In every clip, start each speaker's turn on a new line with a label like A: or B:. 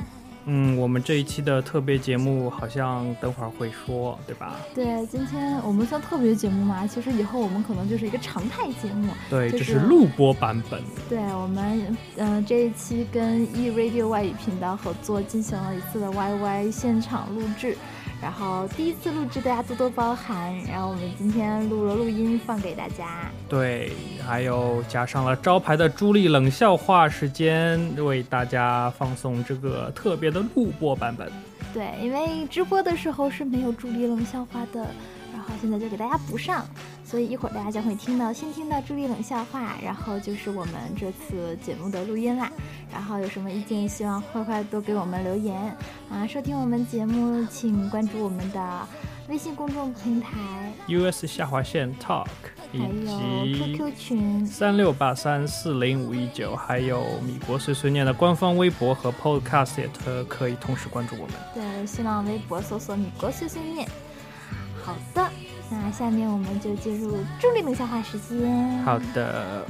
A: 嗯，我们这一期的特别节目好像等会儿会说，对吧？
B: 对，今天我们算特别节目嘛，其实以后我们可能就是一个常态节目。
A: 对，
B: 就
A: 这
B: 是
A: 是录播版本。
B: 对我们，嗯、这一期跟 E Radio 外语频道合作进行了一次的 YY 现场录制，然后第一次录制大家多多包涵，然后我们今天录了录音放给大家。
A: 对，还有加上了招牌的朱莉冷笑话时间，为大家放送这个特别的录播版本。
B: 对，因为直播的时候是没有助力冷笑话的，然后现在就给大家补上，所以一会儿大家将会听到先听到助力冷笑话，然后就是我们这次节目的啊录音啦。然后有什么意见，希望快快多给我们留言啊！收听我们节目，请关注我们的微信公众平台，
A: US 下划线 Talk 以
B: 还有
A: 及
B: QQ 群。
A: 三六八三四零五一九，还有米国碎碎念的官方微博和 Podcast 也特可以同时关注我们。
B: 对，新浪微博搜索“米国碎碎念”。好的，那下面我们就进入助力冷笑话时间。
A: 好的，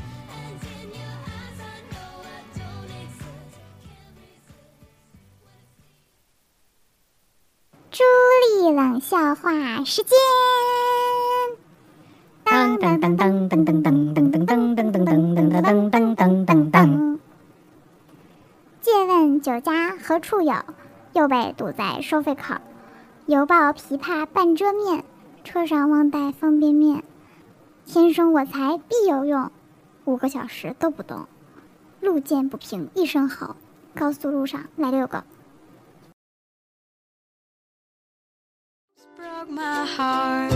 C: 朱莉冷笑话时间。
D: Vâng,
C: 噔噔噔噔噔噔噔噔噔噔噔噔噔噔噔噔噔噔噔。借问酒家何处有？又被堵在收费口。犹抱琵琶半遮面，车上忘带方便面。天生我材必有用，五个小时都不动。路见不平一声吼，高速路上来遛狗。
D: Broke my heart.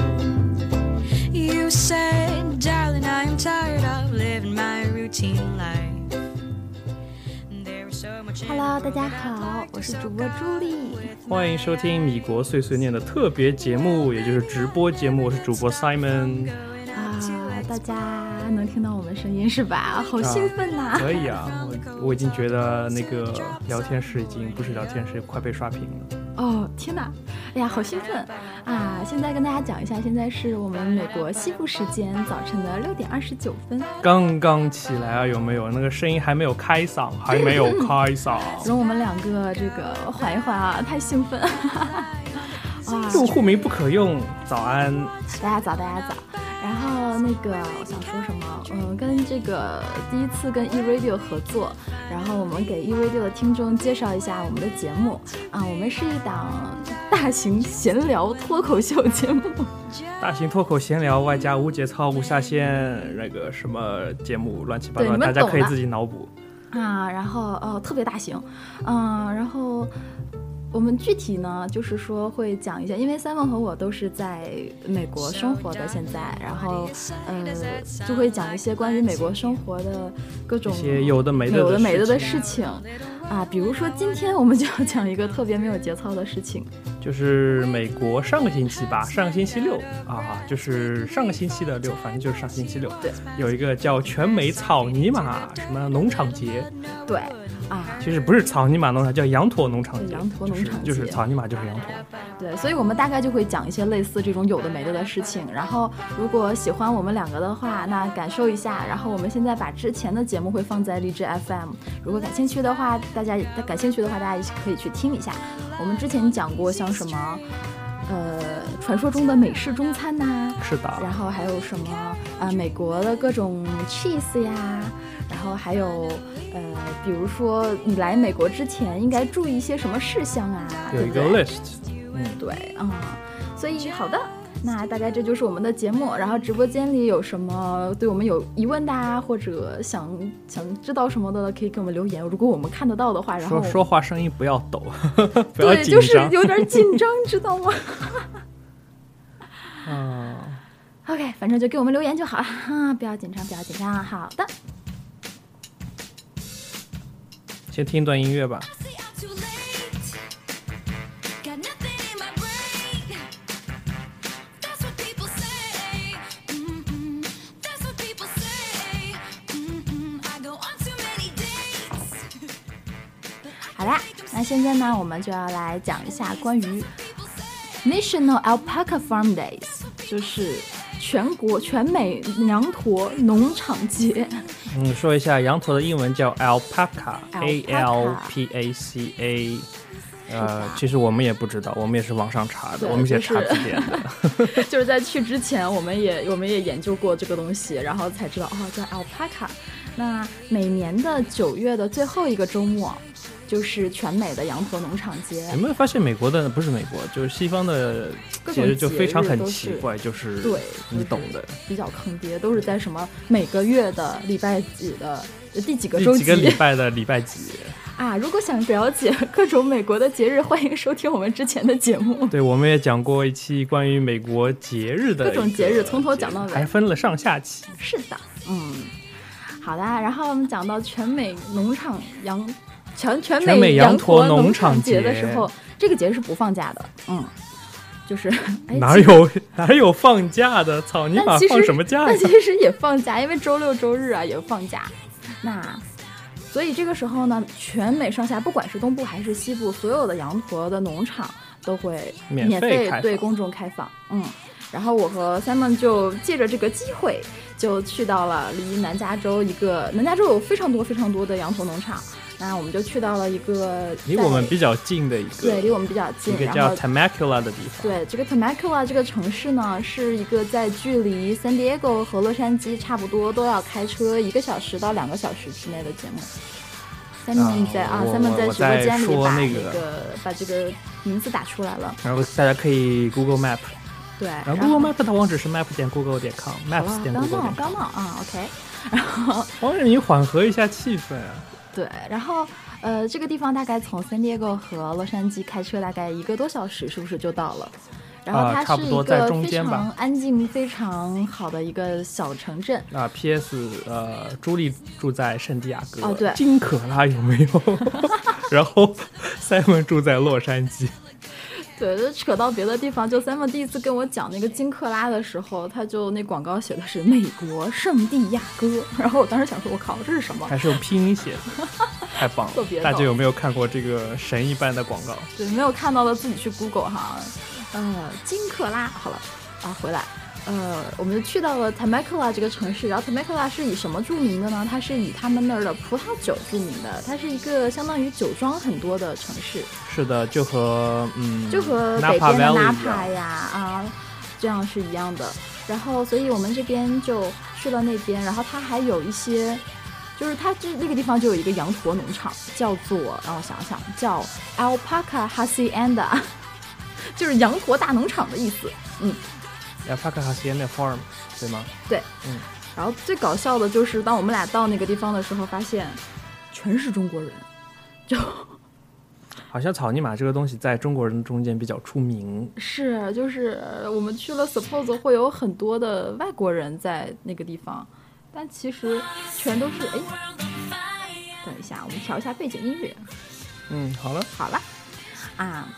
D: You said, darling, I'm tired of living my routine life. There was so much. in the
B: Hello，大
D: world
B: 家
D: I'd
B: 好
D: like，to
B: 我是
D: soak
B: 主播朱
D: up
B: 莉。
D: with
A: 欢迎收听米国碎碎念的特别节目，也就是直播节目。我是主播 Simon，
B: 啊，大家能听到我们声音是吧？好兴奋呐、
A: 可以啊，我我已经觉得那个聊天室已经不是聊天室，快被刷屏了。
B: 哦，天呐，哎呀，好兴奋啊！现在跟大家讲一下，现在是我们美国西部时间早晨的六点二十九分。
A: 刚刚起来啊，有没有？那个声音还没有开嗓，还没有开嗓，
B: 容我们两个这个缓一缓啊，太兴奋！ 啊，
A: 用户名不可用。早安，
B: 大家早，大家早。然后那个我想说什么？嗯，跟这个第一次跟 E Radio 合作，然后我们给 E Radio 的听众介绍一下我们的节目啊，我们是一档大型闲聊脱口秀节目。
A: 大型脱口闲聊外加无节操、无下限，那个什么节目乱七八糟，
B: 对你们
A: 大家可以
B: 懂的
A: 自己脑补。
B: 啊，然后呃特别大型，嗯、然后我们具体呢就是说会讲一下，因为 Simon 和我都是在美国生活的现在，然后呃就会讲一些关于美国生活的各种
A: 一些有的没的的
B: 有的没的的
A: 事
B: 事情啊，比如说今天我们就要讲一个特别没有节操的事情，
A: 就是美国上个星期吧，上个星期六啊，就是上个星期的六，反正就是上星期六，
B: 对，
A: 有一个叫全美草泥马什么农场节，
B: 对啊，
A: 其实不是草泥马农场，叫羊驼农场节，
B: 对羊驼农场节
A: 就是就是草泥马就是羊驼，
B: 对，所以我们大概就会讲一些类似这种有的没的的事情。然后，如果喜欢我们两个的话，那感受一下。然后我们现在把之前的节目会放在荔枝 FM，如果感兴趣的话，大家感兴趣的话，大家也可以去听一下。我们之前讲过像什么，呃，传说中的美式中餐呐、
A: 是的
B: 然，后还有什么呃，美国的各种 cheese 呀，然后还有呃，比如说你来美国之前应该注意一些什么事项啊，
A: 有
B: 对
A: 一
B: 不
A: 个
B: 对？
A: list，嗯，
B: 对，嗯，所以好的，
E: 那大概这就是我们的节目。然后直播间里有什么对我们有疑问的啊，或者想想知道什么的，可以给我们留言。如果我们看得到的话，然后
A: 说说话声音不要抖， 不要
E: 对，
A: 紧
E: 就是
A: 张。
E: 有点紧 张，知道吗
A: 嗯，
E: ？OK，反正就给我们留言就好了啊，不要紧张，不要紧张。啊好的，
A: 先听一段音乐吧。
F: See, I'm too late. Got nothing in my brain. That's what people say. Mm-mm. That's what people say. Mm-mm. I go on too many dates.
E: 好啦，那现在呢，我们就要来讲一下关于 National Alpaca Farm Days，就是全国全美羊驼农场节。
A: 嗯，说一下羊驼的英文叫 alpaca，a L
E: Alpaca
A: P A C A。呃，其实我们也不知道，我们也是网上查的，
E: 对
A: 我们也
E: 就是
A: 查字典的。
E: 就是在去之前，我们也我们也研究过这个东西，然后才知道哦，叫 alpaca。那每年的九月的最后一个周末，就是全美的羊驼农场节
A: 有。没有发现美国的不是美国，就是西方的
E: 各种
A: 节日就
E: 节
A: 非常
E: 日
A: 很
E: 都
A: 奇
E: 是
A: 怪，就是
E: 对，
A: 你懂的，
E: 比较坑爹，都是在什么每个月的礼拜几的呃第几个周
A: 第几个礼
E: 几
A: 拜的礼拜几？
E: 啊。如果想了解各种美国的节日，欢迎收听我们之前的 节目。
A: 对，我们也讲过一期关于美国节日的
E: 各种
A: 一个
E: 节日从头讲到尾哎
A: 还分了上下期。
E: 是的，嗯，好啦，然后我们讲到全美农场羊全全
A: 全美
E: 美羊
A: 驼农
E: 农
A: 场
E: 节的
A: 节
E: 时候，这个节是不放假的，嗯，就是、哎、
A: 哪
E: 其实？
A: 有 哪有放假的？草泥马
E: 但其
A: 放
E: 实
A: 什么 假
E: 但
A: 呀？
E: 其实也放假，因为周六周日啊也放假，那。所以这个时候呢，全美上下不管是东部还是西部，所有的羊驼的农场都会
A: 免
E: 免
A: 费
E: 费
A: 开
E: 对
A: 放
E: 公众开放。嗯，然后我和 Simon 就借着这个机会，就去到了离南加州一个南加州有非常多非常多的羊驼农场，那我们就去到了一个
A: 离
E: 在
A: 我们比较近的一
E: 对
A: 个
E: 离我们比较
A: 一
E: 近，
A: 个
E: 然
A: 叫
E: 后
A: Temecula 的地方。
E: 对，这个 Temecula 这个城市呢，是一个在距离 San Diego 和洛杉矶差不多都要开车一个小时到两个小时之内的节目。Simon 在啊
A: 我
E: ，Simon
A: 我
E: 在
A: 我
E: 直播
A: 在
E: 间里
A: 说
E: 把
A: 那
E: 个
A: 个
E: 把这个名字打出来了，
A: 然后大家可以 Google Map，
E: 对，
A: 然
E: 然
A: 后 Google
E: 后
A: Map 的网址是 map 点 google 点 com，maps 点
E: 哦刚
A: google
E: 闹
A: 点
E: 刚
A: com。
E: 闹啊，OK，
A: 王任你缓和一下气氛啊！
E: 对，然后呃，这个地方大概从 San Diego 和洛杉矶开车大概一个多小时，是不是就到了？然后
A: 啊
E: 它
A: 差
E: 是
A: 不
E: 一
A: 多在
E: 个
A: 中
E: 非
A: 间吧
E: 常安静、非常好的一个小城镇，
A: 啊，P.S. 呃，朱莉住在圣地亚哥，
E: 哦对
A: 金可拉有没有？ 然后 Simon 住在洛杉矶，
E: 对，就扯到别的地方。就 Simon 第一次跟我讲那个金克拉的时候，他就那广告写的是“美国圣地亚哥”，然后我当时想说，我靠，这是什么？
A: 还是用拼音写的，太棒
E: 特
A: 了
E: 别！
A: 大
E: 逗
A: 家有没有看过这个神一般的广告？
E: 对，没有看到的自己去 Google 哈。呃，金克拉，好了，啊，回来。呃，我们就去到了 Temecula 这个城市，然后 Temecula 是以什么著名的呢？它是以他们那儿的葡萄酒著名的，它是一个相当于酒庄很多的城市。
A: 是的，就和嗯，
E: 就和
A: Napa
E: 北边
A: Valley
E: 的纳
A: 一样
E: 帕呀啊，这样是一样的。然后，所以我们这边就去了那边，然后它还有一些，就是它这那个地方就有一个羊驼农场，叫做让我想想，叫 Alpaca Hacienda，就是羊驼大农场的意思。
A: Alpaca Hacienda Farm，对吗？
E: 对，
A: 嗯。
E: 然后最搞笑的就是，当我们俩到那个地方的时候，发现全是中国人，就
A: 好像草泥马这个东西在中国人中间比较出名。
E: 是，就是呃我们去了，suppose 会有很多的外国人在那个地方，但其实全都是哎，等一下，我们调一下背景音乐，
A: 嗯，好了，
E: 好了，啊，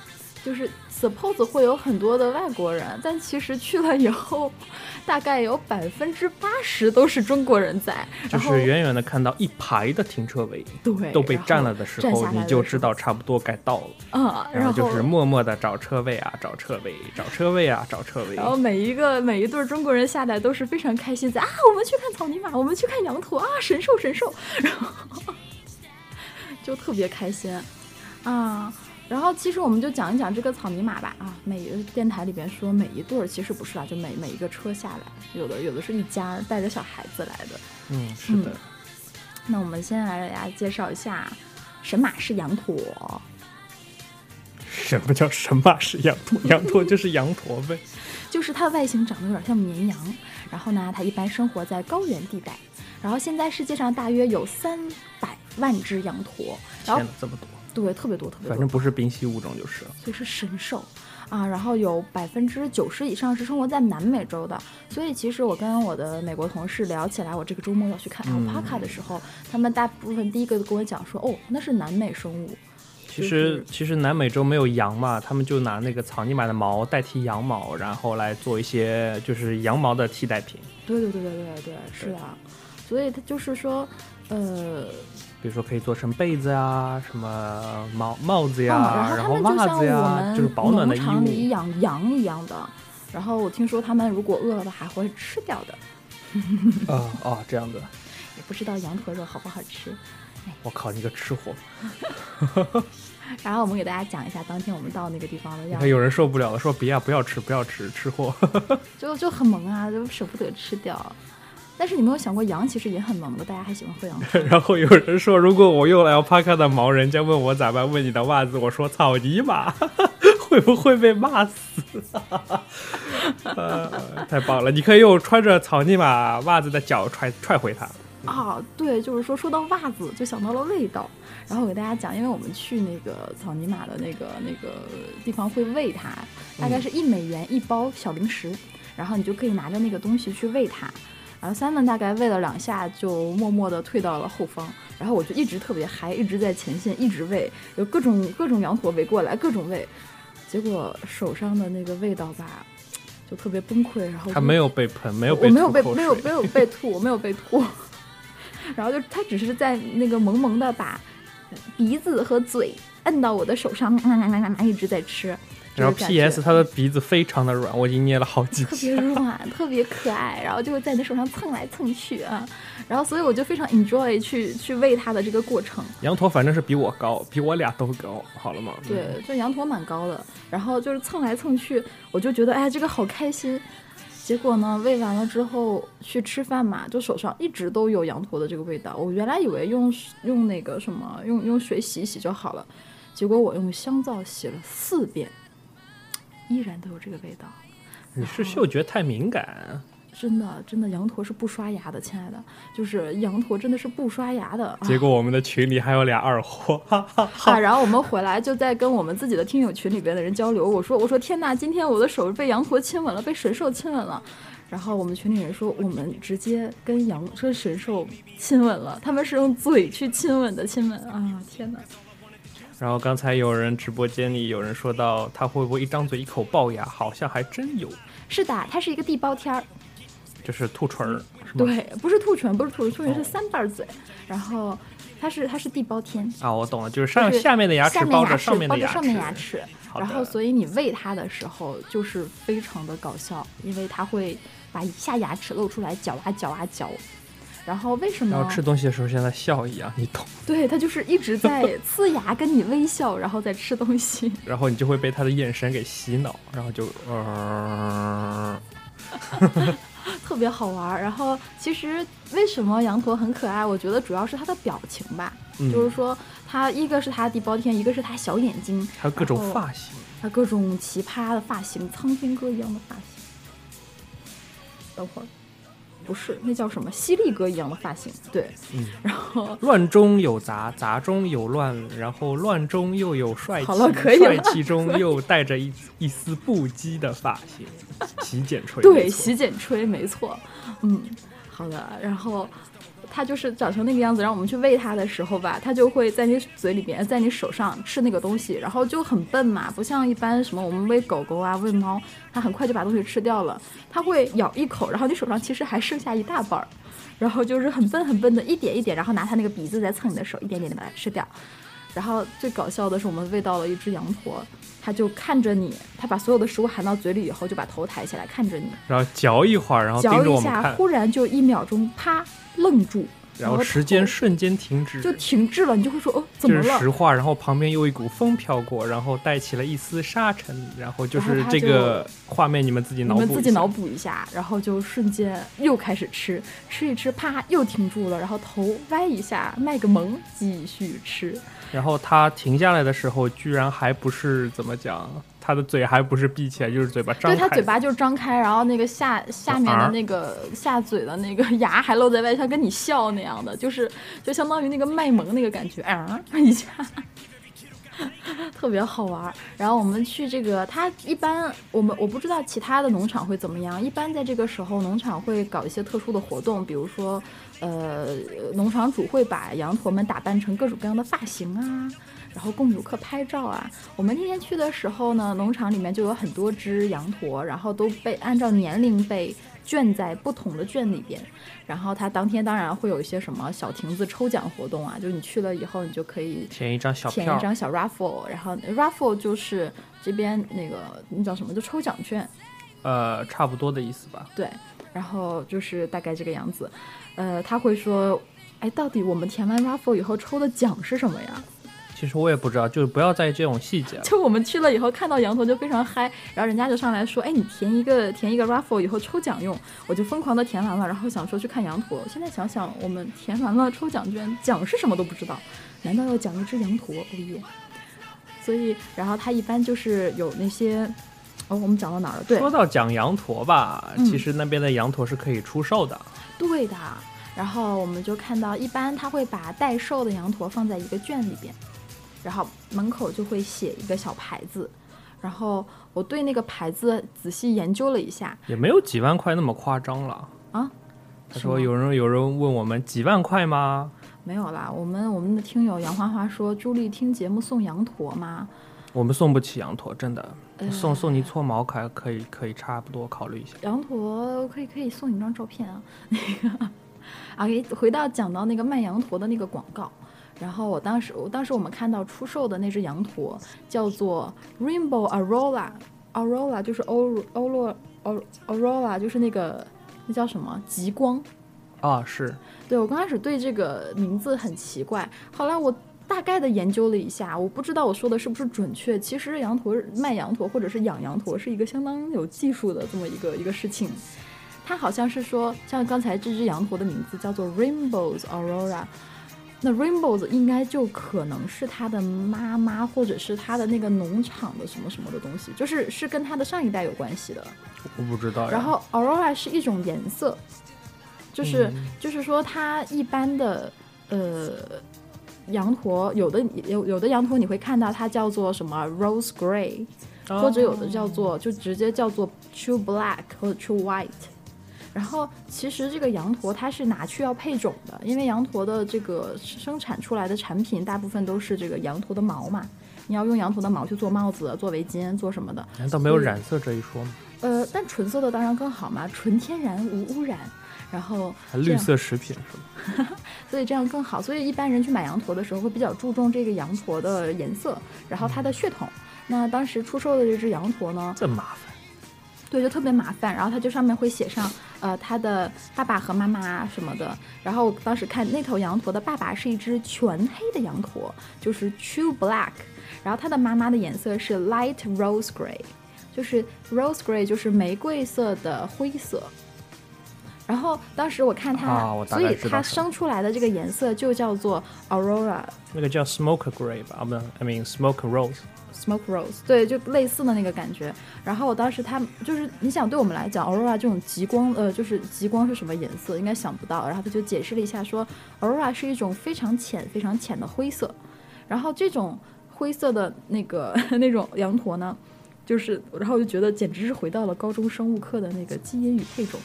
E: 就是 suppose 会有很多的外国人，但其实去了以后，大概有百分之八十都是中国人在，
A: 就
E: 然后
A: 是远远的看到一排的停车位
E: 对
A: 都被
E: 然
A: 占
E: 后
A: 了的时
E: 站
A: 候，
E: 下来
A: 你
E: 的
A: 就
E: 时
A: 知道差不多该到了。
E: 候，嗯，
A: 然后
E: 后
A: 就是默默的找车位啊，找车位，找车位啊，找车位
E: 然。后每一个每一对中国人下来都是非常开心的啊，我们去看草泥马，我们去看羊驼啊，神兽神兽， 然后就特别开心啊。然后其实我们就讲一讲这个草泥马吧啊，每一个电台里边说每一对儿其实不是啊，就每每一个车下来，有的有的是一家儿带着小孩子来的。
A: 嗯，是的
E: 嗯，那我们先来给大家介绍一下，神马是羊驼，
A: 什么叫神马式羊驼？羊 驼就是羊驼呗。
E: 就是它外形长得有点像绵羊，然后呢，它一般生活在高原地带。然后现在世界上大约有三百万只羊驼，
A: 天
E: 然后
A: 哪，这么多，
E: 对特别多特别
A: 反
E: 多
A: 正，不是冰系物种就是了。
E: 所以是神兽啊。然后有百分之九十以上是生活在南美洲的，所以其实我跟我的美国同事聊起来，我这个周末要去看
A: 嗯
E: alpaca 的时候，他们大部分第一个跟我讲说，哦，那是南美生物。
A: 其实其实南美洲没有羊嘛，他们就拿那个草泥马的毛代替羊毛，然后来做一些就是羊毛的替代品，
E: 对对对对对对对，是啊，所以它就是说，呃，
A: 比如说可以做成被子啊、什么毛帽子呀、
E: 嗯，
A: 啊然
E: 然
A: 后
E: 后他们就
A: 袜
E: 像
A: 子
E: 我
A: 呀，
E: 们
A: 就是保暖的
E: 农
A: 衣
E: 场里
A: 物。
E: 养羊一样的。然后我听说他们如果饿了的还会吃掉的，
A: 啊啊，这样子，
E: 也不知道羊驼肉好不好吃。
A: 我靠，你个吃货！
E: 然后我们给大家讲一下当天我们到那个地方的
A: 你
E: 样
A: 看
E: 子，
A: 有人受不了了，说别啊，不要吃，不要吃，吃货。。
E: 就就很萌啊，就舍不得吃掉。但是你没有想过，羊其实也很萌的，大家还喜欢喝羊汤
A: 然后有人说，如果我用了 alpaca 的毛，人家问我咋办？问你的袜子，我说草泥马， 会不会被骂死？ 呃，太棒了！你可以用穿着草泥马袜子的脚踹踹回它。
E: 啊，对，就是说说到袜子，就想到了味道。然后我给大家讲，因为我们去那个草泥马的那个那个地方会喂它，大
A: 嗯
E: 概是一美元一包小零食，然后你就可以拿着那个东西去喂它。然后三文大概喂了两下，就默默地退到了后方。然后我就一直特别嗨，一直在前线，一直喂，有各种各种羊驼围过来，各种喂。结果手上的那个味道吧，就特别崩溃。然后
A: 它
E: 就
A: 没有被喷，没有
E: 我
A: 被
E: 没有
A: 吐
E: 被
A: 口
E: 没有
A: 水
E: 没有被吐，我没有被吐。 然后就他只是在那个萌萌的把鼻子和嘴摁到我的手上，嗯嗯嗯嗯嗯一直在吃。
A: 然后
E: 这个感觉嗯
A: PS 它的鼻子非常的软，我已经捏了好几
E: 特
A: 次。
E: 别软，特别可爱，然后就在你的手上蹭来蹭去啊，然后所以我就非常 enjoy 去去喂它的这个过程。
A: 羊驼反正是比我高，比我俩都高，好了吗？嗯
E: 对，就羊驼蛮高的，然后就是蹭来蹭去，我就觉得哎，这个好开心。结果呢，喂完了之后去吃饭嘛，就手上一直都有羊驼的这个味道。我原来以为用用那个什么，用用水洗一洗就好了，结果我用香皂洗了四遍，依然都有这个味道。
A: 你
E: 哦
A: 是嗅觉太敏
E: 啊
A: 感，
E: 真的，真的，羊驼是不刷牙的，亲爱的，就是羊驼真的是不刷牙的。啊
A: 结果我们的群里还有俩二货，哈哈哈。
E: 啊，然后我们回来就在跟我们自己的听友群里边的人交流，我说我说天呐，今天我的手被羊驼亲吻了，被神兽亲吻了。然后我们群里人说，我们直接跟羊跟神兽亲吻了，他们是用嘴去亲吻的亲吻啊！天呐，
A: 然后刚才有人直播间里有人说到，他会不会一张嘴一口龅牙？好像还真有，
E: 是的，它是一个地包天儿，
A: 就是兔唇儿，是吗？
E: 对，不是兔唇，不是兔唇，兔唇
A: 哦
E: 是三瓣嘴，然后它是它是地包天，
A: 啊，我懂了，就是上
E: 就是
A: 下面的牙齿
E: 下面
A: 包着
E: 牙齿
A: 上面的
E: 包着
A: 牙
E: 上面牙齿，
A: 好
E: 然
A: 的
E: 后所以你喂它的时候就是非常的搞笑，因为它会把一下牙齿露出来嚼啊嚼啊嚼，然后为什
A: 然
E: 么
A: 后？吃东西的时候像在笑一样，你懂。
E: 对，它就是一直在呲牙跟你微笑， 然后再吃东西。
A: 然后你就会被他的眼神给洗脑，然后就呃，
E: 特别好玩儿。然后其实为什么羊驼很可爱？我觉得主要是它的表情吧，
A: 嗯
E: 就是说它一个是它地包天，一个是它小眼睛，
A: 还有各
E: 然
A: 种
E: 后
A: 发型。
E: 它各种奇葩的发型，苍天哥一样的发型。等会儿，不是，那叫什么？犀利哥一样的发型，对。
A: 嗯
E: 然后
A: 乱中有杂，杂中有乱，然后乱中又有帅气，
E: 好了可以了
A: 帅气中又带着一一丝不羁的发型，洗剪吹，
E: 对，
A: 没错
E: 洗剪吹，没错。嗯，好的。然后它就是长成那个样子，然后我们去喂它的时候吧，它就会在你嘴里边，在你手上吃那个东西，然后就很笨嘛，不像一般什么我们喂狗狗啊、喂猫，它很快就把东西吃掉了。它会咬一口，然后你手上其实还剩下一大半儿，然后就是很笨很笨的，一点一点，然后拿它那个鼻子再蹭你的手，一点点的把它吃掉。然后最搞笑的是，我们喂到了一只羊驼，它就看着你，它把所有的食物含到嘴里以后，就把头抬起来看着你，
A: 然后嚼一会儿，然后盯
E: 嚼
A: 着我
E: 一
A: 们
E: 下，
A: 看，
E: 忽然就一秒钟，啪，愣住，
A: 然后时间瞬间停止，
E: 就停滞了，你就会说哦，怎
A: 这
E: 么
A: 是
E: 了？
A: 实话，然后旁边又一股风飘过，然后带起了一丝沙尘，然后就
E: 然
A: 是
E: 后他
A: 这个画面，你们自己
E: 你
A: 脑补一
E: 们
A: 下，
E: 自己脑补一下，然后就瞬间又开始吃，吃一吃，啪又停住了，然后头歪一下，卖个萌，继续吃。
A: 然后他停下来的时候，居然还不是怎么讲，他的嘴还不是闭起来，就是嘴巴张
E: 对
A: 开，
E: 他嘴巴就是张开，然后那个下下面的那个下嘴的那个 牙还露在外，像跟你笑那样的，就是就相当于那个卖萌那个感觉，啊、 一下。特别好玩儿，然后我们去这个，它一般我们我不知道其他的农场会怎么样。一般在这个时候，农场会搞一些特殊的活动，比如说，呃，农场主会把羊驼们打扮成各种各样的发型啊，然后供游客拍照啊。我们那天去的时候呢，农场里面就有很多只羊驼，然后都被按照年龄被圈在不同的圈里边。然后它当天当然会有一些什么小亭子抽奖活动啊，就是你去了以后，你就可以
A: 填一张小
E: 填
A: 票
E: 一，张小 raffle，然后 raffle 就是这边那个那叫什么，就抽奖券，
A: 呃，差不多的意思吧。
E: 对，然后就是大概这个样子。呃，他会说，哎，到底我们填完 raffle 以后抽的奖是什么呀？
A: 其实我也不知道，就是不要在意这种细节了。
E: 就我们去了以后看到羊驼就非常嗨，然后人家就上来说，哎，你填一个填一个 raffle 以后抽奖用，我就疯狂的填完了，然后想说去看羊驼。现在想想，我们填完了抽奖券，奖是什么都不知道，难道要奖一只羊驼？哦耶！所以，然后它一般就是有那些，哦，我们讲到哪儿了？对，
A: 说到讲羊驼吧，
E: 嗯
A: 其实那边的羊驼是可以出售的，
E: 对的。啊然后我们就看到，一般他会把待售的羊驼放在一个圈里边，然后门口就会写一个小牌子。然后我对那个牌子仔细研究了一下
A: 也没有几万块那么夸张了。
E: 啊，
A: 他
E: 是吗
A: 说有人有人问我们几万块吗？
E: 没有啦。我们我们的听友杨花花说：“朱莉听节目送羊驼吗
A: 我们送不起羊驼，真的，
E: 呃
A: 送送你撮毛可可以可以差不多考虑一下？”。
E: 羊驼可以可以送你张照片啊。 那个啊，给回到讲到那个卖羊驼的那个广告。然后我当时，我当时我们看到出售的那只羊驼叫做 Rainbow Aurora Aurora，就是欧欧洛欧 Aurora，就是那个那叫什么极光。
A: 啊，是
E: 对我刚开始对这个名字很奇怪，后来我大概的研究了一下，我不知道我说的是不是准确。其实羊驼卖羊驼或者是养羊驼是一个相当有技术的这么一个一个事情。它好像是说，像刚才这只羊驼的名字叫做 Rainbows Aurora，那 Rainbows 应该就可能是它的妈妈或者是它的那个农场的什么什么的东西，就是是跟它的上一代有关系的。
A: 我不知道呀。
E: 然后 aurora 是一种颜色，就是、就是说它一般的呃羊驼，有的有有的羊驼你会看到它叫做什么 rose gray，、或者有的叫做就直接叫做 true black 或者 true white。然后其实这个羊驼它是拿去要配种的，因为羊驼的这个生产出来的产品大部分都是这个羊驼的毛嘛，你要用羊驼的毛去做帽子、做围巾、做什么的。
A: 难道没有染色这一说吗？
E: 呃，但纯色的当然更好嘛，纯天然无污染，然后
A: 还绿
E: 这样，
A: 色食品是吗？
E: 所以这样更好。所以一般人去买羊驼的时候会比较注重这个羊驼的颜色，然后它的血统。那当时出售的这只羊驼呢，
A: 这麻烦。
E: 对，就特别麻烦。然后它就上面会写上，呃，它的爸爸和妈妈什么的。然后我当时看那头羊驼的爸爸是一只全黑的羊驼，就是 true black。然后它的妈妈的颜色是 light rose gray，就是 rose gray 就是玫瑰色的灰色。然后当时我看它，
A: 啊我大
E: 所
A: 概
E: 以
A: 知道
E: 它
A: 什么
E: 生出来的这个颜色就叫做 aurora
A: 那个叫 smoke gray 吧，啊不，I mean smoke rose。
E: Smoke Rose，对，就类似的那个感觉。然后我当时他就是，你想对我们来讲，Aurora 这种极光，呃，就是极光是什么颜色，应该想不到。然后他就解释了一下说，Aurora 是一种非常浅、非常浅的灰色。然后这种灰色的那个 那种羊驼呢，就是，然后我就觉得简直是回到了高中生物课的那个基因与配种。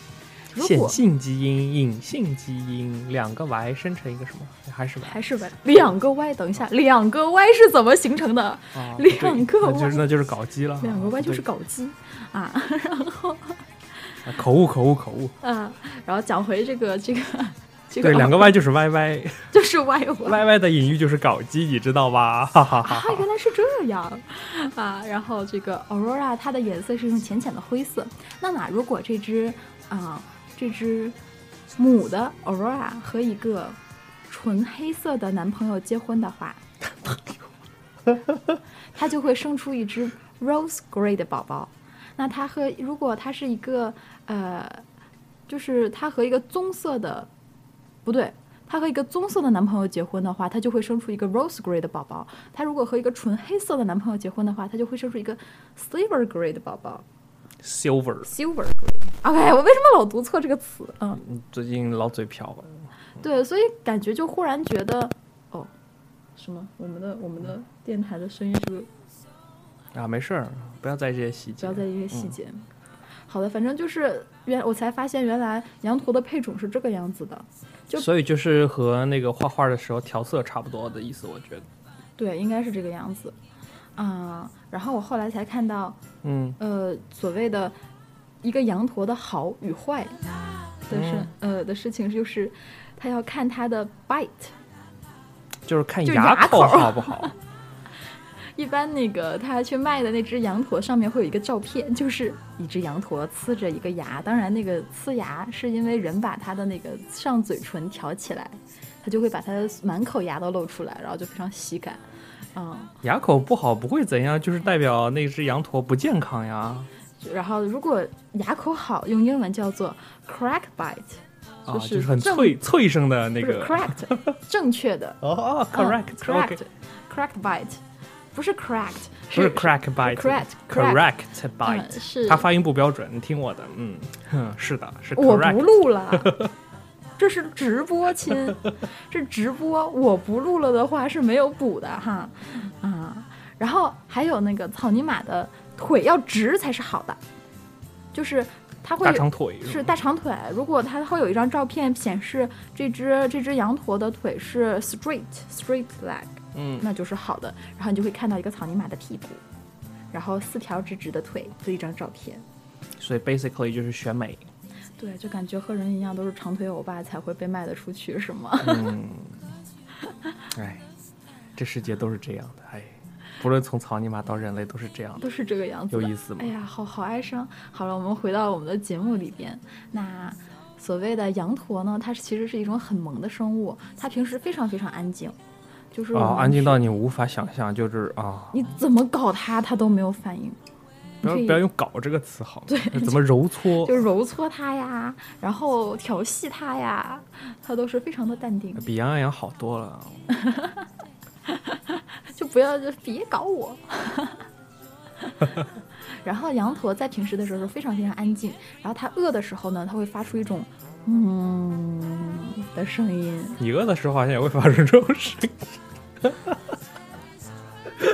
E: 如
A: 显
E: 果
A: 性基因、隐性基因，两个 Y 生成一个什么？还是 Y？
E: 还是 Y，两个 Y，等一下，两个 Y 是怎么形成的？
A: 啊不对
E: 两个
A: 那就是
E: Y，
A: 那就是搞基了。啊
E: 两个 Y 就是
A: 搞
E: 搞基啊。
A: 口误口误口误。
E: 嗯，然后讲回这个这个这个，
A: 对，两个 Y 就是 YY，YY
E: 就是 Y Y
A: 的隐喻就是搞基，你知道吧？哈哈哈
E: 啊，
A: 哈。
E: 原来是这样啊。然后这个 Aurora 它的颜色是用浅浅的灰色。那哪如果这只啊、这只母的 Aurora 和一个纯黑色的男朋友结婚的话，他就会生出一只 rose grey 的宝宝。那他和如果他是一个呃，就是他和一个棕色的，不对，他和一个棕色的男朋友结婚的话，他就会生出一个 rose grey 的宝宝。他如果和一个纯黑色的男朋友结婚的话，他就会生出一个 silver grey 的宝宝。
A: Silver，
E: silver grey。OK，我为什么老读错这个词？嗯，
A: 最近老嘴瓢了。
E: 对，所以感觉就忽然觉得，哦，什么？我们的我们的电台的声音是不是
A: 啊，没事儿，不要在意这些细节，
E: 不要在意这些细节？好的，反正就是原我才发现原来羊驼的配种是这个样子的。就
A: 所以就是和那个画画的时候调色差不多的意思，我觉得。
E: 对，应该是这个样子。啊、然后我后来才看到，
A: 嗯，
E: 呃，所谓的一个羊驼的好与坏的事，呃的事情，就是它要看它的 bite。
A: 就是看
E: 就
A: 牙
E: 牙
A: 口
E: 口
A: 好不好。
E: 一般那个他去卖的那只羊驼上面会有一个照片，就是一只羊驼呲着一个牙。当然，那个呲牙是因为人把它的那个上嘴唇挑起来，它就会把它的满口牙都露出来，然后就非常喜感。嗯，
A: 牙口不好不会怎样，就是代表那只羊驼不健康呀。
E: 然后如果牙口好，用英文叫做 crack bite，
A: 啊，
E: 就
A: 就是是很
E: 正
A: 脆脆声的那
E: 不 是
A: 个。
E: correct，正确的
A: 哦
E: 嗯
A: ，correct，OK，
E: correct correct bite，不是 cracked，
A: 不是 crack bite，correct
E: correct，correct
A: bite，
E: 嗯是
A: 它发音不标准，你听我的，嗯，哼是的，是
E: 我不
A: correct。
E: 录了，这是直播亲，这直播我不录了的话是没有补的哈，啊，然后还有那个草泥马的腿要直才是好的，就是它会
A: 大长腿
E: 是
A: 吧
E: 大长腿，如果它会有一张照片显示这只这只羊驼的腿是 straight straight leg，
A: 嗯，
E: 那就是好的，然后你就会看到一个草泥马的屁股，然后四条直直的腿和一张照片。
A: 所以 basically 就是选 美。
E: 对，就感觉和人一样都是长腿欧巴才会被卖得出去，是吗？
A: 嗯，哎，这世界都是这样的，哎，不论从草泥马到人类都是这样的，
E: 都是这个样子
A: 有
E: 的。
A: 意思吗
E: 哎？呀，好好哀伤。好了，我们回到我们的节目里边。那所谓的羊驼呢，它是其实是一种很萌的生物，它平时非常非常安静，就是我
A: 哦，
E: 们
A: 安静
E: 是
A: 到你无法想象，就是啊，
E: 你怎么搞它，它都没有反应。
A: 不要
E: 可以
A: 不要用“搞”这个词好吗？对，怎么揉搓？
E: 就揉搓它呀，然后调戏它呀，它都是非常的淡定。
A: 比杨羊羊好多了。
E: 就不要就别 搞我。然后羊驼在平时的时候是非常非常安静，然后它饿的时候呢，它会发出一种嗯的声音。
A: 你饿的时候好像也会发生这种事。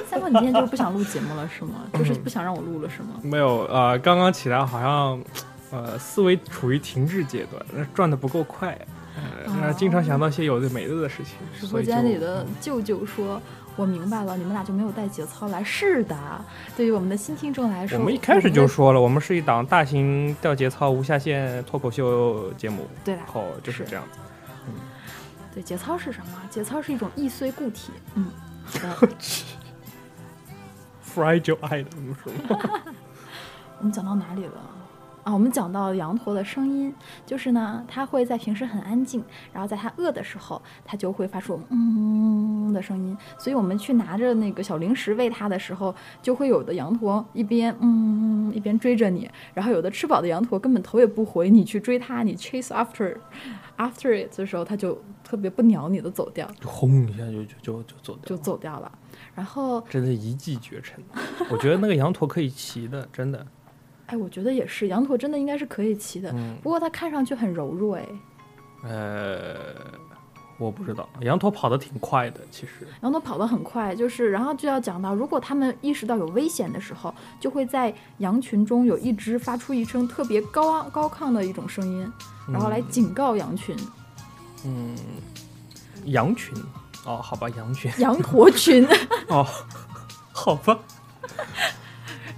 E: 三哥，你今天就是不想录节目了是吗？就是不想让我录了是吗？
A: 没有，呃，刚刚起来好像，呃，思维处于停滞阶段，那转的不够快，呃，那
E: 哦
A: 经常想到一些有的没的的事情。
E: 直
A: 所
E: 播
A: 以就
E: 间里的舅舅说。我明白了，你们俩就没有带节操来。是的，对于我们的新听众来说，
A: 我们一开始就
E: 们
A: 说了，我们是一档大型掉节操无下限脱口秀节目，
E: 的对啦
A: 然，后就是
E: 是
A: 这样子。
E: 对，节操是什么？节操是一种易碎固体。嗯，好的。
A: Fragile item 是吗？
E: 我们讲到哪里了？啊，我们讲到羊驼的声音，就是呢，它会在平时很安静，然后在它饿的时候，它就会发出嗯的声音。所以我们去拿着那个小零食喂它的时候，就会有的羊驼一边嗯一边追着你，然后有的吃饱的羊驼根本头也不回，你去追它，你 chase after after it 的时候，它就特别不鸟你的走掉，
A: 就轰一下就就就就走掉
E: 就
A: 了，
E: 走掉了。然后，
A: 真的一骑绝尘。 我觉得那个羊驼可以骑的，真的。
E: 哎，我觉得也是，羊驼真的应该是可以骑的，
A: 嗯
E: 不过它看上去很柔弱，哎。
A: 呃，我不知道，羊驼跑得挺快的，其实。
E: 然后它跑得很快，就是然后就要讲到，如果它们意识到有危险的时候，就会在羊群中有一只发出一声特别高昂高亢的一种声音，然后来警告羊群、
A: 嗯，羊群哦，好吧，羊群
E: 羊驼群。
A: 哦， 好吧，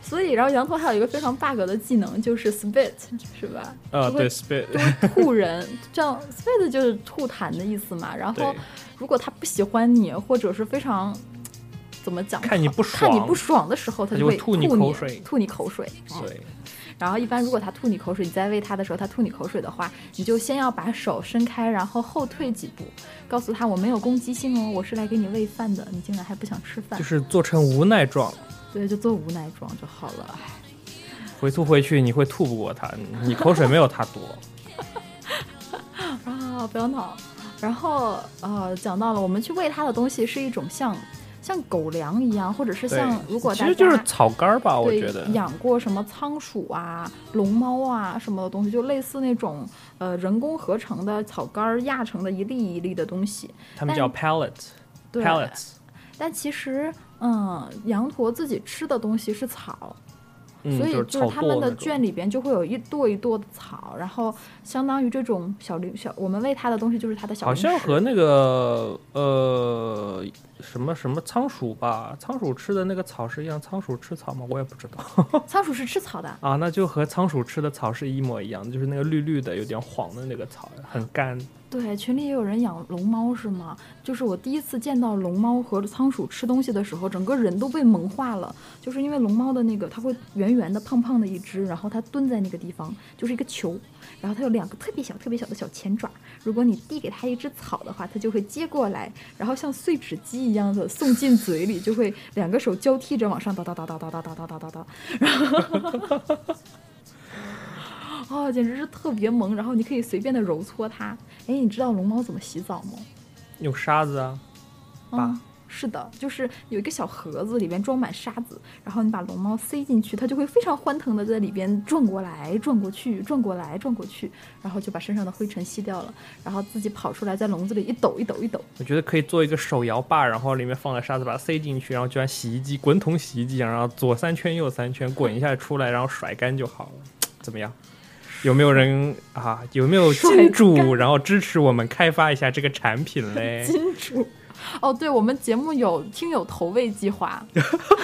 E: 所以，然后羊驼还有一个非常 bug 的技能，就是 spit，是吧？
A: 呃，
E: 就会
A: 对，spit，
E: 吐人，这样 spit 就是吐痰的意思嘛。然后
A: 对，
E: 如果它不喜欢你，或者是非常怎么讲，
A: 看你不
E: 看你
A: 爽
E: 不爽的时候，它
A: 它就会
E: 会
A: 吐
E: 吐
A: 你
E: 你
A: 口水哦
E: 吐你口水。
A: 对，
E: 然后一般如果它吐你口水，你在喂它的时候它吐你口水的话，你就先要把手伸开，然后后退几步，告诉它我没有攻击性哦，我是来给你喂饭的，你竟然还不想吃饭
A: 就，是做成无奈状，
E: 对，就做无奈状就好了。唉
A: 回吐回去你会吐不过它，你口水没有它多。
E: 啊，不要闹。然后呃，讲到了我们去喂它的东西是一种像像狗粮一样，或者是
A: 对
E: 像，如果
A: 其
E: 大
A: 实就是
E: 家
A: 草干儿吧，我
E: 对
A: 觉得。
E: 养过什么仓鼠啊、龙猫啊什么的东西，就类似那种呃人工合成的草杆儿压成的一粒一粒的东西。
A: 他们
E: 但
A: 叫 pellets，pellets。
E: 对，但其实嗯，羊驼自己吃的东西是草，
A: 嗯，
E: 所以
A: 是
E: 就是
A: 草
E: 他
A: 垛
E: 们
A: 那
E: 的
A: 种
E: 圈里边就会有一垛一垛的草，然后相当于这种小零小，我们喂它的东西就是它的小
A: 好
E: 零食。
A: 像和那个呃什么什么仓鼠吧，仓鼠吃的那个草是一样，仓鼠吃草吗？我也不知道
E: 仓鼠是吃草的，
A: 啊，那就和仓鼠吃的草是一模一样的，就是那个绿绿的、有点黄的那个草，很干。
E: 对，群里也有人养龙猫是吗？就是我第一次见到龙猫和仓鼠吃东西的时候，整个人都被萌化了。就是因为龙猫的那个，它会圆圆的、胖胖的一只，然后它蹲在那个地方，就是一个球，然后它有两个特别小、特别小的小前爪。如果你递给它一只草的话，它就会接过来，然后像碎纸机一样的送进嘴里，就会两个手交替着往上叨叨叨叨叨叨叨叨叨叨叨，哦，简直是特别萌。然后你可以随便的揉搓它。哎，你知道龙猫怎么洗澡吗？
A: 用沙子啊，吧
E: 嗯，是的，就是有一个小盒子，里边装满沙子，然后你把龙猫塞进去，它就会非常欢腾的在里边转过来、转过去、转过来、转过去，然后就把身上的灰尘吸掉了，然后自己跑出来，在笼子里一抖一抖一抖。
A: 我觉得可以做一个手摇把，然后里面放了沙子，把它塞进去，然后就像洗衣机滚筒洗衣机一样，然后左三圈右三圈滚一下出来，然后甩干就好了。怎么样？有没有人啊？有没有金主，然后支持我们开发一下这个产品嘞？
E: 金主，哦，对我们节目有听友投喂计划，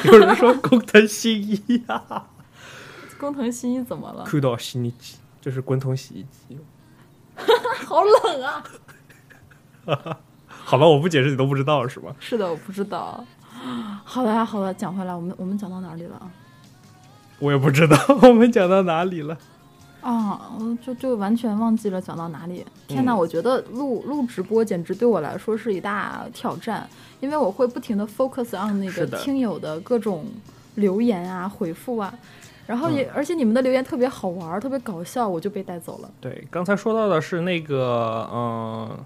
A: 有人说工藤新一啊，
E: 工藤新一怎么了？
A: 酷到新一机就是滚筒洗衣机。
E: 好冷啊！
A: 好吧，我不解释你都不知道是吧？
E: 是的，我不知道。 好了呀，好了，讲回来，我们我们讲到哪里了啊？
A: 我也不知道 我们讲到哪里了。
E: 啊，我就就完全忘记了讲到哪里。天呐，
A: 嗯
E: 我觉得录录直播简直对我来说是一大挑战，因为我会不停的 focus on 那个
A: 是的
E: 听友的各种留言啊、回复啊，然后
A: 嗯
E: 也、而且你们的留言特别好玩儿，特别搞笑，我就被带走了。
A: 对，刚才说到的是那个，嗯，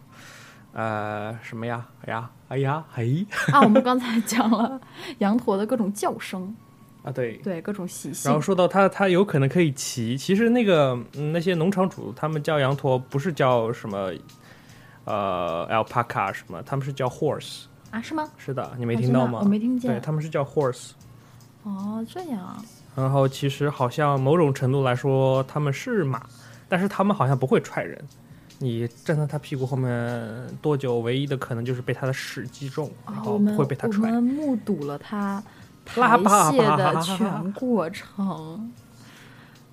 A: 呃，什么呀？哎呀，哎呀，嘿、
E: 啊，我们刚才 讲了羊驼的各种叫声，
A: 啊，对。
E: 对各种习性
A: 然后。说到它，它有可能可以骑。其实那个、嗯、那些农场主，他们叫羊驼，不是叫什么，呃，alpaca 什么，他们是叫 horse。
E: 啊，是吗？
A: 是的，你没
E: 啊
A: 听
E: 真的
A: 到吗？
E: 我没听见
A: 对，他们是叫 horse。
E: 哦，这样，
A: 然后其实好像某种程度来说，他们是马，但是他们好像不会踹人。你站在他屁股后面多久，唯一的可能就是被他的屎击中，然
E: 啊，
A: 后
E: 我
A: 不
E: 们
A: 会被他
E: 我
A: 踹。
E: 们目睹了他
A: 拉
E: 排
A: 粑
E: 泄
A: 粑
E: 的全过程。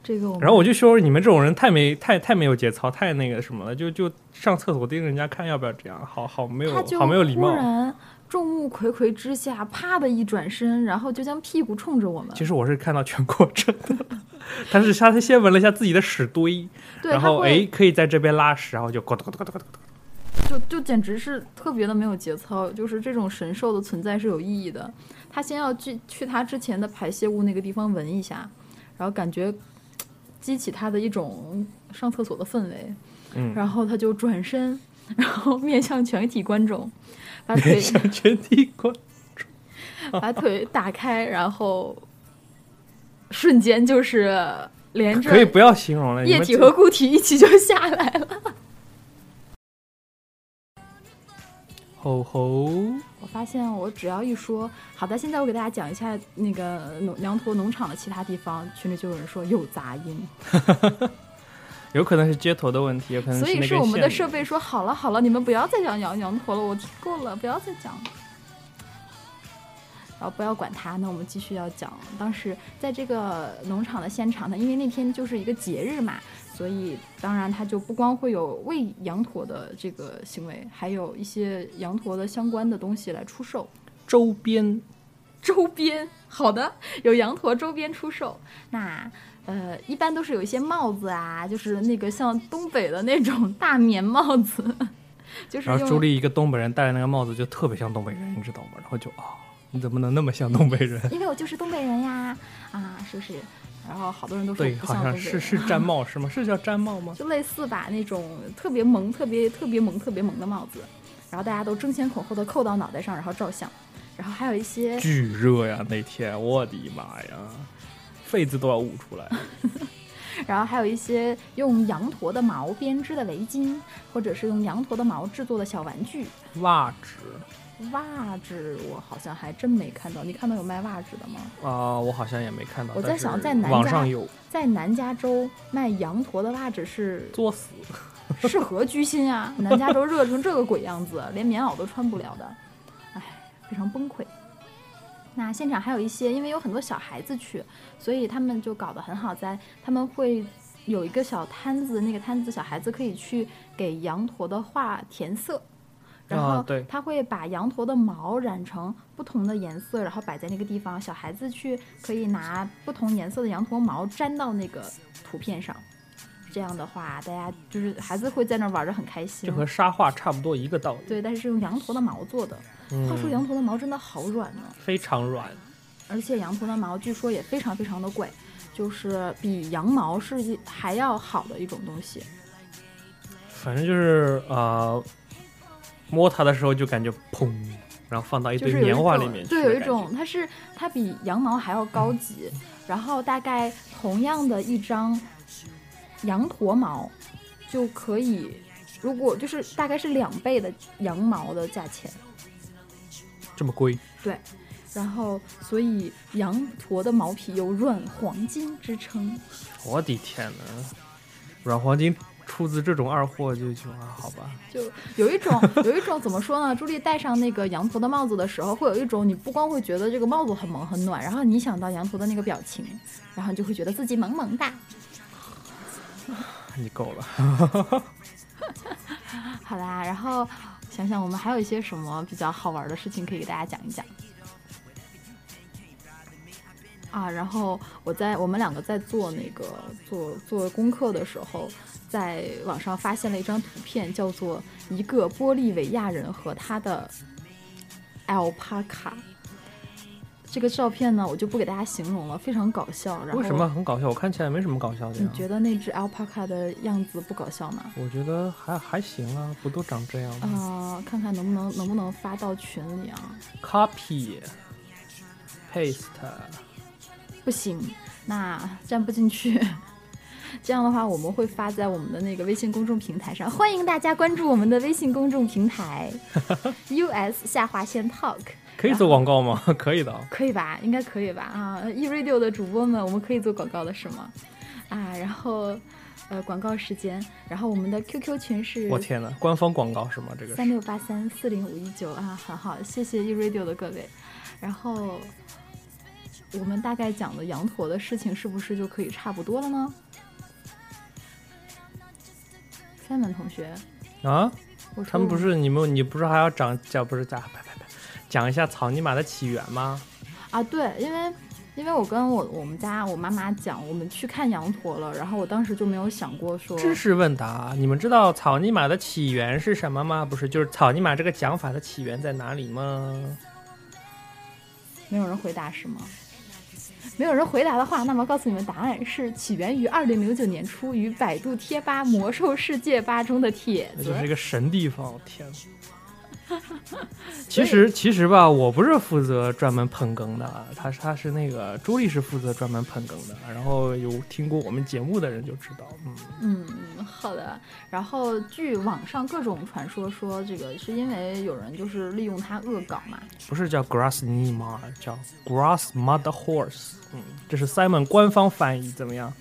E: 这个我们
A: 然后我就说你们这种人太没太太没有节操，太那个什么了，就就上厕所盯着人家看要不要这样，好好没有
E: 他就
A: 好没有礼
E: 忽
A: 貌。
E: 然众目睽睽之下，啪的一转身，然后就将屁股冲着我们。
A: 其实我是看到全过程的，他是他先闻了一下自己的屎堆，
E: 对，
A: 然
E: 他
A: 后哎
E: 会
A: 可以在这边拉屎，然后就咕嘟咕嘟咕嘟咕嘟。
E: 就就简直是特别的没有节操，就是这种神兽的存在是有意义的。他先要去去他之前的排泄物那个地方闻一下，然后感觉激起他的一种上厕所的氛围。
A: 嗯，
E: 然后他就转身，然后面向全体观众，把腿
A: 像全体过。
E: 把腿打开，然后瞬间就是连着
A: 可以不要形容了，你
E: 液
A: 们
E: 体
A: 这
E: 和固体一起就下来了。
A: 吼哦吼，
E: 我发现我只要一说，好的，现在我给大家讲一下那个农羊驼农场的其他地方，群里就有人说有杂音，
A: 有可能是接头的问题，有可能
E: 所
A: 那
E: 以
A: 根
E: 是我们的
A: 线
E: 设备说好了好了，你们不要再讲羊羊驼了，我听够了，不要再讲了。然后不要管它，那我们继续要讲。当时在这个农场的现场呢，因为那天就是一个节日嘛，所以当然它就不光会有喂羊驼的这个行为，还有一些羊驼的相关的东西来出售。
A: 周边
E: 周边，好的，有羊驼周边出售。那呃，一般都是有一些帽子啊，就是那个像东北的那种大棉帽子， 就是
A: 然后
E: 用
A: 朱莉一个东北人戴着那个帽子就特别像东北人，你知道吗？然后就啊、你怎么能那么像东北人？
E: 因为我就是东北人呀，啊，是不是？然后好多人都说我
A: 对，
E: 不
A: 好
E: 像东
A: 像
E: 北
A: 是
E: 人，
A: 是毡帽是吗？是叫毡帽吗？
E: 就类似吧那种特别萌、特别特别萌、特别萌的帽子，然后大家都争先恐后的扣到脑袋上，然后照相，然后还有一些
A: 巨热呀！那天我的妈呀，痱子都要捂出来了。
E: 然后还有一些用羊驼的毛编织的围巾，或者是用羊驼的毛制作的小玩具。
A: 袜子
E: 袜子我好像还真没看到，你看到有卖袜子的吗？
A: 啊、我好像也没看到。
E: 我在
A: 但是
E: 想在南
A: 网
E: 家
A: 上有
E: 在南加州卖羊驼的袜子是
A: 作死，
E: 是何居心啊！南加州热成这个鬼样子，连棉袄都穿不了的，唉，非常崩溃。那现场还有一些，因为有很多小孩子去，所以他们就搞得很好在，他们会有一个小摊子，那个摊子小孩子可以去给羊驼的画填色。然后
A: 啊对
E: 他会把羊驼的毛染成不同的颜色，然后摆在那个地方，小孩子去可以拿不同颜色的羊驼毛粘到那个图片上。这样的话，大家就是孩子会在那儿玩的很开心
A: 就。和沙画差不多一个道理。
E: 对，但是是用羊驼的毛做的。
A: 嗯
E: 话说羊驼的毛真的好软呢、
A: 非常软，
E: 而且羊驼的毛据说也非常非常的贵，就是比羊毛是一还要好的一种东西。
A: 反正就是呃，摸它的时候就感觉砰，然后放到一
E: 就
A: 堆
E: 是有
A: 棉花
E: 一
A: 里
E: 种
A: 面去
E: 对，
A: 的
E: 有一
A: 感嗯
E: 种它是它比羊毛还要高级，然后大概同样的一张羊驼毛就可以，如果就是大概是两倍的羊毛的价钱，
A: 觉这么贵，
E: 对。然后，所以羊驼的毛皮有“软黄金”之称，
A: 我的天呐，软黄金出自这种二货就就啊，好吧，
E: 就有一种 有一种怎么说呢？朱莉戴上那个羊驼的帽子的时候，会有一种你不光会觉得这个帽子很萌很暖，然后你想到羊驼的那个表情，然后你就会觉得自己萌萌哒。
A: 你够了。
E: 好啦，然后想想我们还有一些什么比较好玩的事情可以给大家讲一讲。啊，然后我在我们两个在做那个做做功课的时候，在网上发现了一张图片，叫做一个玻利维亚人和他的 alpaca。这个照片呢，我就不给大家形容了，非常搞笑。然后嗯
A: 为什么很搞笑？我看起来没什么搞笑的
E: 你
A: 呀。
E: 觉得那只 alpaca 的样子不搞笑吗？
A: 我觉得还还行啊，不都长这样吗、
E: 啊、看看能不能能不能发到群里啊？
A: c o p y paste，
E: 不行，那站不进去。 这样的话，我们会发在我们的那个微信公众平台上，欢迎大家关注我们的微信公众平台 US 下划线 Talk，
A: 可以做广告吗？ 可以的啊。
E: 可以吧？应该可以吧？啊，E Radio 的主播们，我们可以做广告的是吗？啊，然后呃，广告时间，然后我们的 QQ 群是
A: 我天呐，官方广告是吗？这个
E: 三
A: 是
E: 六八三四零五一九啊，很好，谢谢 E Radio 的各位。然后我们大概讲的羊驼的事情，是不是就可以差不多了呢？Simon 同学，
A: 啊？
E: 我
A: 他
E: 说
A: 们不
E: 我
A: 是你们，你不是还要讲讲不是讲呸呸呸，讲一下草泥马的起源吗？
E: 啊，对，因为因为我跟我我们家我妈妈讲，我们去看羊驼了，然后我当时就没有想过说，
A: 知识问答，你们知道草泥马的起源是什么吗？不是，就是草泥马这个讲法的起源在哪里吗？
E: 没有人回答是吗？没有人回答的话，那么告诉你们答案是起源于二零零九年初于百度贴吧《魔兽世界吧》中的帖
A: 那
E: 子
A: 就。是一个神地方，天呐！其实其实吧，我不是负责专门捧哏的，他是他是那个朱莉是负责专门捧哏的，然后有听过我们节目的人就知道，嗯，
E: 嗯，好的。然后据网上各种传说说，这个是因为有人就是利用它恶搞嘛。
A: 不是叫 grass n i m a 叫 grass mother horse，嗯，这是 Simon 官方翻译，怎么样？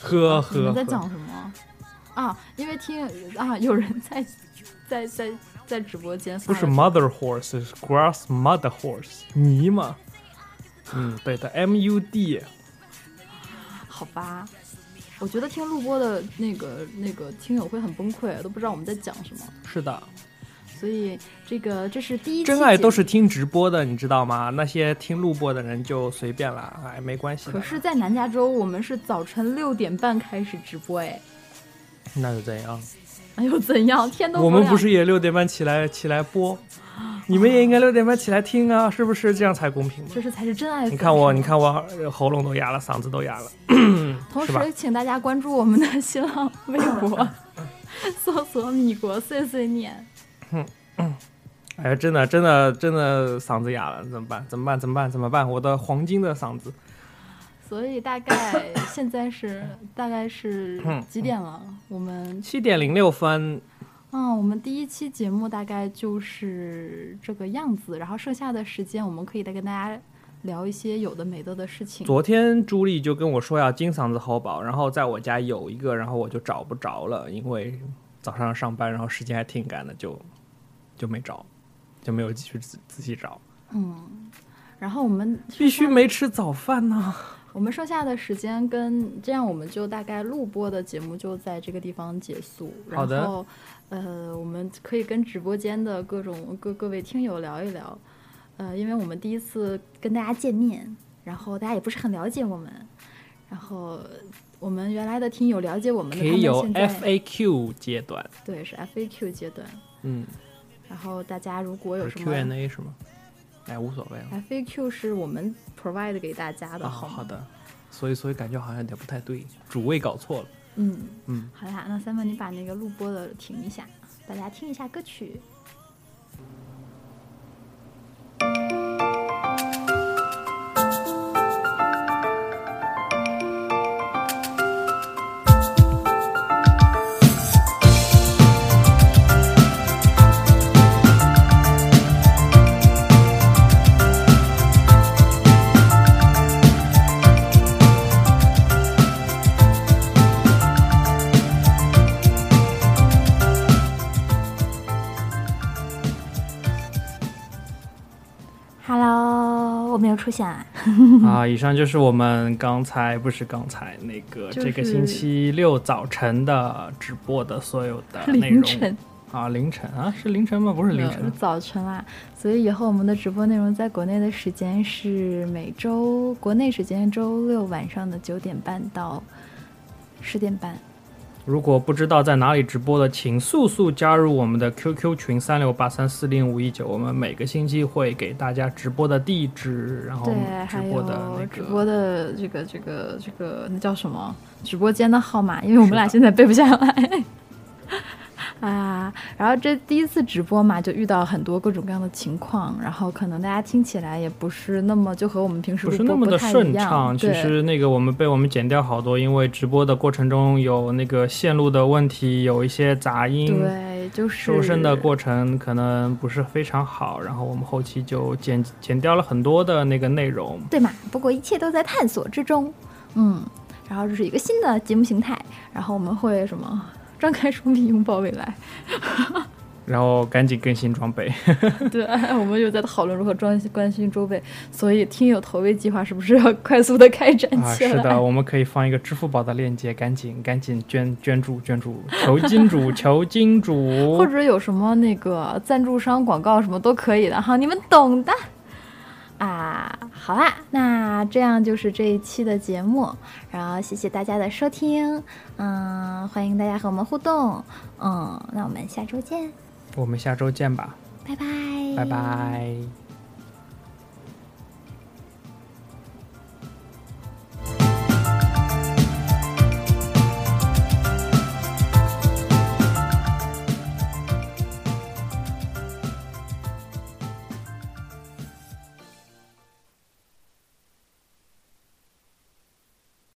A: 呵
E: 哦你
A: 呵
E: 们在
A: 呵，
E: 讲什么？啊，因为听啊，有人在在在在直播间
A: 不
E: 发
A: 是
E: 了
A: mother horse，是 grass mother horse，泥嘛，嗯，对的，M U D，
E: 好吧。我觉得听录播的那个那个听友会很崩溃，都不知道我们在讲什么。
A: 是的，
E: 所以这个这是第一期
A: 真爱
E: 节
A: 都
E: 目
A: 是听直播的，你知道吗？那些听录播的人就随便啦，哎，没关系的
E: 可。是，在南加州，我们是早晨六点半开始直播，哎，
A: 那又怎样？
E: 哎呦，怎样？天都
A: 我们
E: 亮
A: 不是也六点半起来起来播？你们也应该六点半起来听啊，是不是？这样才公平嘛。
E: 这是才是真爱粉。
A: 你看我，
E: 是吗
A: 你。看我呃喉咙都哑了，嗓子都哑了。
E: 同
A: 是吧
E: 时，请大家关注我们的新浪微博， 搜索“米国碎碎念
A: 哎呀，真的，真的，真的嗓子哑了，怎么办？怎么办？怎么办？怎么办？我的黄金的嗓子，”。
E: 所以 大概现在是大概是几点了？我们
A: 七点零六分，
E: 嗯，我们第一期节目大概就是这个样子，然后剩下的时间我们可以再跟大家聊一些有的没的的事情。
A: 昨天朱莉就跟我说要金嗓子喉宝，然后在我家有一个，然后我就找不着了，因为早上上班，然后时间还挺赶的，就就没找，就没有继续仔仔细找。
E: 嗯，然后我们
A: 必须没吃早饭呢、
E: 我们剩下的时间跟这样，我们就大概录播的节目就在这个地方结束。
A: 好的
E: 然后，呃，我们可以跟直播间的各种各各位听友聊一聊，呃，因为我们第一次跟大家见面，然后大家也不是很了解我们，然后我们原来的听友了解我们的，
A: 可以有
E: 他们现在
A: FAQ 阶段，
E: 对是 FAQ 阶段，
A: 嗯，
E: 然后大家如果有
A: 有
E: 什么
A: Q&A 是吗？哎，无所谓了。
E: FAQ 是我们 provide 给大家的，
A: 啊，
E: 好吗
A: 好的。所以，所以感觉好像有点不太对，主位搞错了。
E: 嗯，
A: 嗯
E: 嗯，好啦，那三分你把那个录播的停一下，大家听一下歌曲。 Hello，我没有出现啊。
A: 啊，以上就是我们刚才不是刚才那个、
E: 就
A: 这个
E: 是
A: 星期六早晨的直播的所有的内容
E: 凌晨，呃
A: 啊，凌晨啊，是凌晨吗？不是凌
E: 是
A: 晨，
E: 早晨啦，所以以后我们的直播内容在国内的时间是每周国内时间周六晚上的九点半到十点半。
A: 如果不知道在哪里直播的，请速速加入我们的 QQ 群三六八三四零五一九，我们每个星期会给大家直播的地址，然后
E: 对，
A: 直
E: 还
A: 播的那
E: 有直播
A: 个。
E: 的这个这个这个那叫什么？直播间的号码，因为我们俩
A: 是的
E: 现在背不下来。 啊，然后这第一次直播嘛，就遇到很多各种各样的情况，然后可能大家听起来也不是那么就和我们平时
A: 不
E: 录
A: 是
E: 播
A: 那么的
E: 太一
A: 顺
E: 样
A: 畅，其
E: 对
A: 实那个我们被我们剪掉好多，因为直播的过程中有那个线路的问题，有一些杂音，
E: 对，就是
A: 收声的过程可能不是非常好，然后我们后期就剪剪掉了很多的那个内容。
E: 对嘛？不过一切都在探索之中，嗯。然后这是一个新的节目形态，然后我们会什么 张开双臂拥抱未来，
A: 然后赶紧更新装 备，
E: 对，哎我们又在讨论如何装关心周备，所以听友投喂计划是不是要 快速的开展
A: 啊，
E: 起
A: 是
E: 来？
A: 的，我们可以放一个支付宝的链接，赶紧赶紧捐捐助捐助，求金主求金主
E: 或，者有什么那个赞助商广告什么都可以的哈，你们懂的。啊，好啦，那这样就是这一期的节目，然后谢谢大家的收听，嗯，欢迎大家和我们互动，嗯，那我们下周见，
A: 我们下周见吧，
E: 拜拜，
A: 拜拜。